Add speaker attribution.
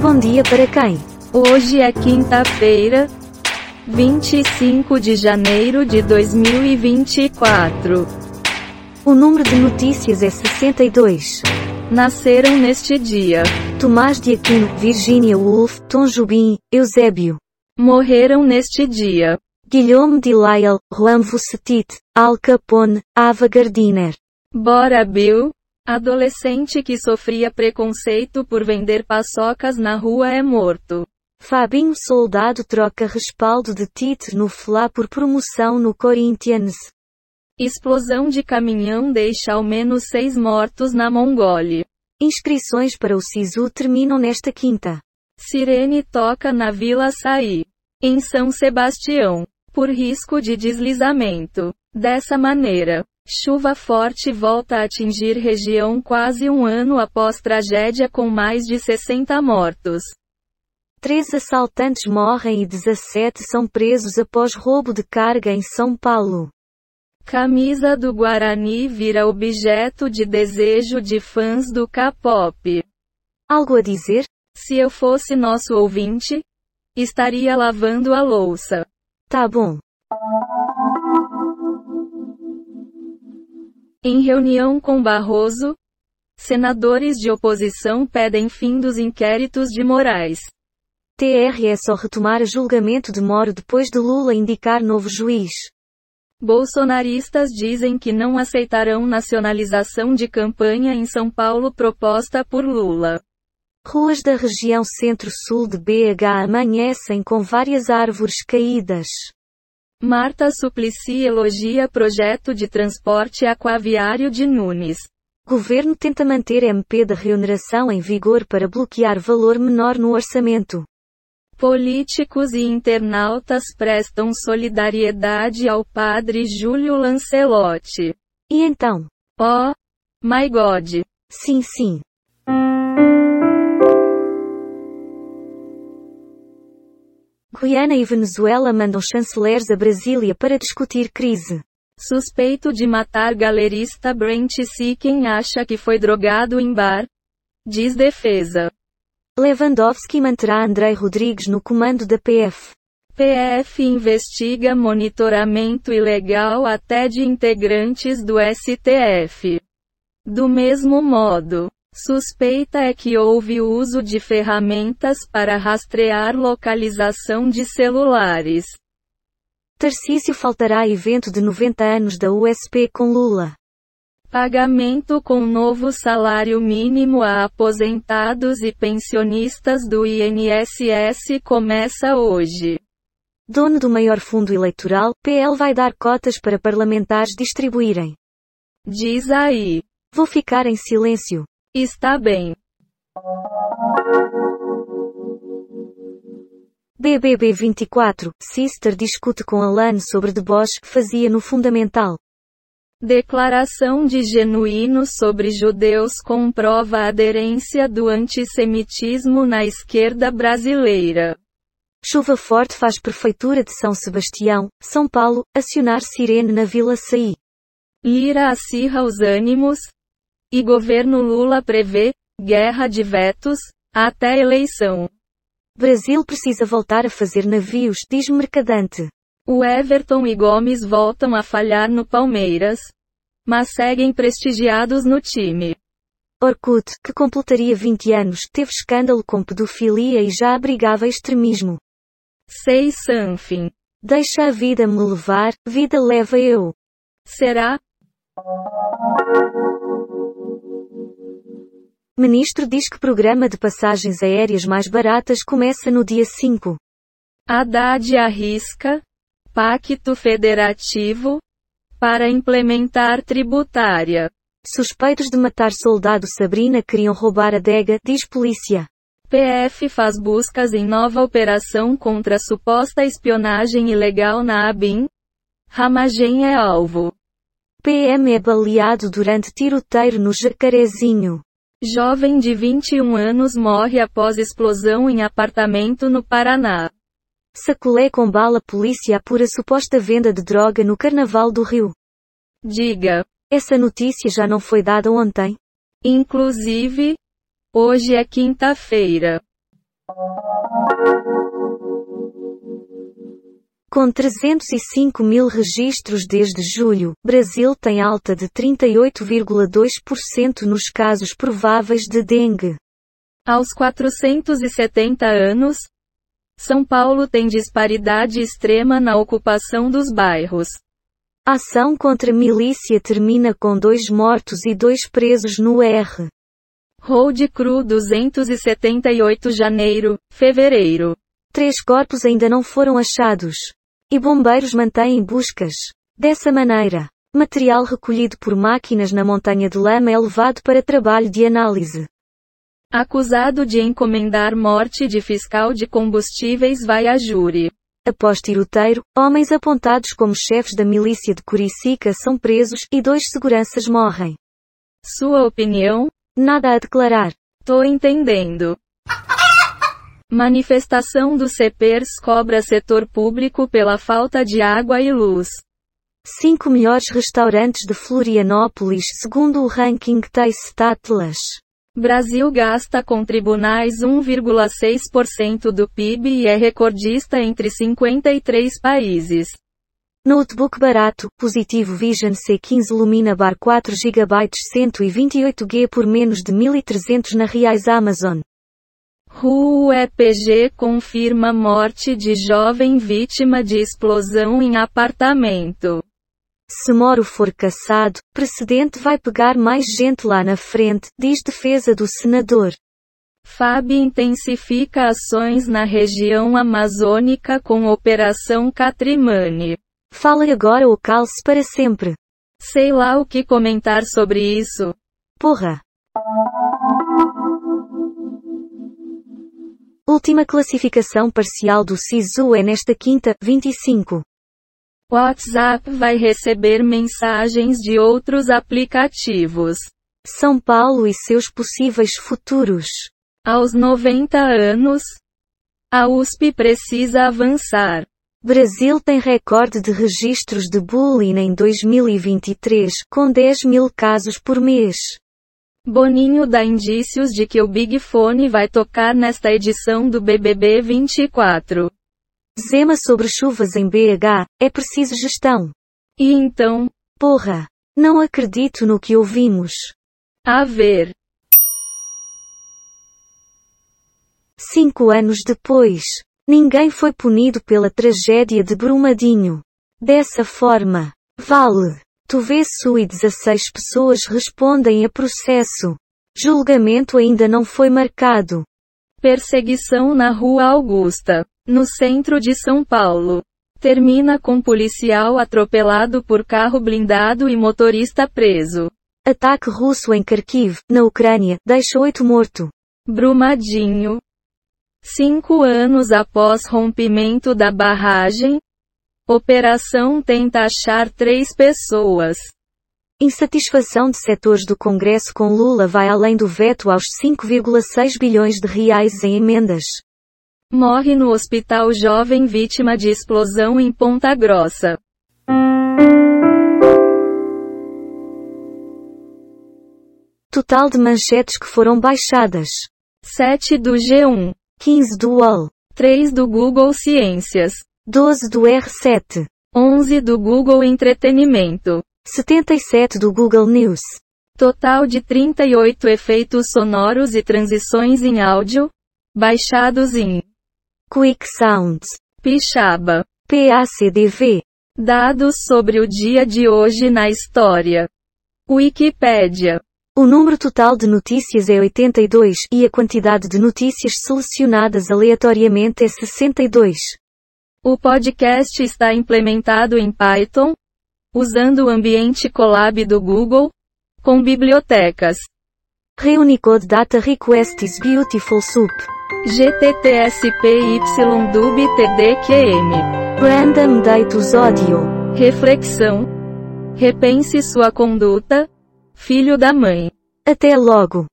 Speaker 1: Bom dia para quem?
Speaker 2: Hoje é quinta-feira, 25 de janeiro de 2024.
Speaker 1: O número de notícias é 62.
Speaker 2: Nasceram neste dia.
Speaker 1: Tomás de Aquino, Virginia Woolf, Tom Jobim, Eusébio.
Speaker 2: Morreram neste dia.
Speaker 1: Guilherme de Lyle, Juan Vucetit, Al Capone, Ava Gardiner.
Speaker 2: Bora Bill. Adolescente que sofria preconceito por vender paçocas na rua é morto.
Speaker 1: Fabinho Soldado troca respaldo de Tite no Fla por promoção no Corinthians.
Speaker 2: Explosão de caminhão deixa ao menos seis mortos na Mongólia.
Speaker 1: Inscrições para o SISU terminam nesta quinta.
Speaker 2: Sirene toca na Vila Saí. Em São Sebastião. Por risco de deslizamento. Dessa maneira, chuva forte volta a atingir região quase um ano após tragédia com mais de 60 mortos.
Speaker 1: Três assaltantes morrem e 17 são presos após roubo de carga em São Paulo.
Speaker 2: Camisa do Guarani vira objeto de desejo de fãs do K-pop.
Speaker 1: Algo a dizer?
Speaker 2: Se eu fosse nosso ouvinte, estaria lavando a louça.
Speaker 1: Tá bom.
Speaker 2: Em reunião com Barroso, senadores de oposição pedem fim dos inquéritos de Moraes.
Speaker 1: TR é só retomar julgamento de Moro depois de Lula indicar novo juiz.
Speaker 2: Bolsonaristas dizem que não aceitarão nacionalização de campanha em São Paulo proposta por Lula.
Speaker 1: Ruas da região centro-sul de BH amanhecem com várias árvores caídas.
Speaker 2: Marta Suplicy elogia projeto de transporte aquaviário de Nunes.
Speaker 1: Governo tenta manter MP da reoneração em vigor para bloquear valor menor no orçamento.
Speaker 2: Políticos e internautas prestam solidariedade ao padre Júlio Lancelotti.
Speaker 1: E então?
Speaker 2: Oh, my God.
Speaker 1: Sim, sim. Guiana e Venezuela mandam chanceleres a Brasília para discutir crise.
Speaker 2: Suspeito de matar galerista Brent C. Quem acha que foi drogado em bar? Diz defesa.
Speaker 1: Lewandowski manterá Andrei Rodrigues no comando da PF.
Speaker 2: PF investiga monitoramento ilegal até de integrantes do STF. Do mesmo modo. Suspeita é que houve uso de ferramentas para rastrear localização de celulares.
Speaker 1: Tarcísio faltará evento de 90 anos da USP com Lula.
Speaker 2: Pagamento com novo salário mínimo a aposentados e pensionistas do INSS começa hoje.
Speaker 1: Dono do maior fundo eleitoral, PL vai dar cotas para parlamentares distribuírem.
Speaker 2: Diz aí.
Speaker 1: Vou ficar em silêncio.
Speaker 2: Está bem.
Speaker 1: BBB 24, Sister discute com Alan sobre deboche que fazia no Fundamental.
Speaker 2: Declaração de Genuíno sobre judeus comprova a aderência do antissemitismo na esquerda brasileira.
Speaker 1: Chuva forte faz Prefeitura de São Sebastião, São Paulo, acionar sirene na Vila Saí.
Speaker 2: Lira acirra os ânimos, e governo Lula prevê guerra de vetos até eleição.
Speaker 1: Brasil precisa voltar a fazer navios, diz Mercadante.
Speaker 2: O Everton e Gomes voltam a falhar no Palmeiras, mas seguem prestigiados no time.
Speaker 1: Orkut, que completaria 20 anos, teve escândalo com pedofilia e já abrigava extremismo.
Speaker 2: Sei something.
Speaker 1: Deixa a vida me levar, vida leva eu.
Speaker 2: Será?
Speaker 1: Ministro diz que programa de passagens aéreas mais baratas começa no dia 5.
Speaker 2: Haddad arrisca Pacto Federativo para implementar tributária.
Speaker 1: Suspeitos de matar soldado Sabrina queriam roubar adega, diz polícia.
Speaker 2: PF faz buscas em nova operação contra suposta espionagem ilegal na ABIN. Ramagem é alvo.
Speaker 1: PM é baleado durante tiroteio no Jacarezinho.
Speaker 2: Jovem de 21 anos morre após explosão em apartamento no Paraná.
Speaker 1: Sacolé com bala polícia apura suposta venda de droga no Carnaval do Rio.
Speaker 2: Diga.
Speaker 1: Essa notícia já não foi dada ontem?
Speaker 2: Inclusive, hoje é quinta-feira.
Speaker 1: Com 305 mil registros desde julho, Brasil tem alta de 38,2% nos casos prováveis de dengue.
Speaker 2: Aos 470 anos, São Paulo tem disparidade extrema na ocupação dos bairros.
Speaker 1: A ação contra milícia termina com dois mortos e dois presos no R.
Speaker 2: Road Cru 278 Janeiro, Fevereiro.
Speaker 1: Três corpos ainda não foram achados. E bombeiros mantêm buscas. Dessa maneira, material recolhido por máquinas na montanha de lama é levado para trabalho de análise.
Speaker 2: Acusado de encomendar morte de fiscal de combustíveis vai a júri.
Speaker 1: Após tiroteiro, homens apontados como chefes da milícia de Curicica são presos e dois seguranças morrem.
Speaker 2: Sua opinião?
Speaker 1: Nada a declarar.
Speaker 2: Tô entendendo. Manifestação do CEPERS cobra setor público pela falta de água e luz.
Speaker 1: Cinco melhores restaurantes de Florianópolis segundo o ranking Taste Atlas.
Speaker 2: Brasil gasta com tribunais 1,6% do PIB e é recordista entre 53 países.
Speaker 1: Notebook barato, Positivo Vision C15 Lumina Bar 4 GB 128GB por menos de 1.300 na reais Amazon.
Speaker 2: RUEPG confirma morte de jovem vítima de explosão em apartamento.
Speaker 1: Se Moro for caçado, precedente vai pegar mais gente lá na frente, diz defesa do senador.
Speaker 2: FAB intensifica ações na região amazônica com Operação Catrimane.
Speaker 1: Fala agora ou calce para sempre.
Speaker 2: Sei lá o que comentar sobre isso.
Speaker 1: Porra. Última classificação parcial do SISU é nesta quinta, 25.
Speaker 2: WhatsApp vai receber mensagens de outros aplicativos.
Speaker 1: São Paulo e seus possíveis futuros.
Speaker 2: Aos 90 anos, a USP precisa avançar.
Speaker 1: Brasil tem recorde de registros de bullying em 2023, com 10 mil casos por mês.
Speaker 2: Boninho dá indícios de que o Big Fone vai tocar nesta edição do BBB 24.
Speaker 1: Zema sobre chuvas em BH, é preciso gestão.
Speaker 2: E então,
Speaker 1: Porra! Não acredito no que ouvimos.
Speaker 2: a ver.
Speaker 1: Cinco anos depois, ninguém foi punido pela tragédia de Brumadinho. Dessa forma, vale. Tu vê Su e 16 pessoas respondem a processo. Julgamento ainda não foi marcado.
Speaker 2: Perseguição na Rua Augusta, no centro de São Paulo. Termina com policial atropelado por carro blindado e motorista preso.
Speaker 1: Ataque russo em Kharkiv, na Ucrânia, deixa oito morto.
Speaker 2: Brumadinho. Cinco anos após rompimento da barragem, operação tenta achar três pessoas.
Speaker 1: Insatisfação de setores do Congresso com Lula vai além do veto aos 5,6 bilhões de reais em emendas.
Speaker 2: Morre no hospital jovem vítima de explosão em Ponta Grossa.
Speaker 1: Total de manchetes que foram baixadas.
Speaker 2: 7 do G1,
Speaker 1: 15 do UOL,
Speaker 2: 3 do Google Ciências,
Speaker 1: 12 do R7,
Speaker 2: 11 do Google Entretenimento.
Speaker 1: 77 do Google News,
Speaker 2: Total de 38 efeitos sonoros e transições em áudio, baixados em
Speaker 1: Quick Sounds,
Speaker 2: Pixaba.
Speaker 1: PACDV,
Speaker 2: Dados sobre o dia de hoje na história. Wikipédia.
Speaker 1: O número total de notícias é 82 e a quantidade de notícias selecionadas aleatoriamente é 62.
Speaker 2: O podcast está implementado em Python, usando o ambiente Colab do Google, com bibliotecas
Speaker 1: Reunicode Data Request is Beautiful Soup.
Speaker 2: GTTSPYDUBTDQM.
Speaker 1: Random Datus Audio.
Speaker 2: Reflexão. Repense sua conduta, filho da mãe.
Speaker 1: Até logo.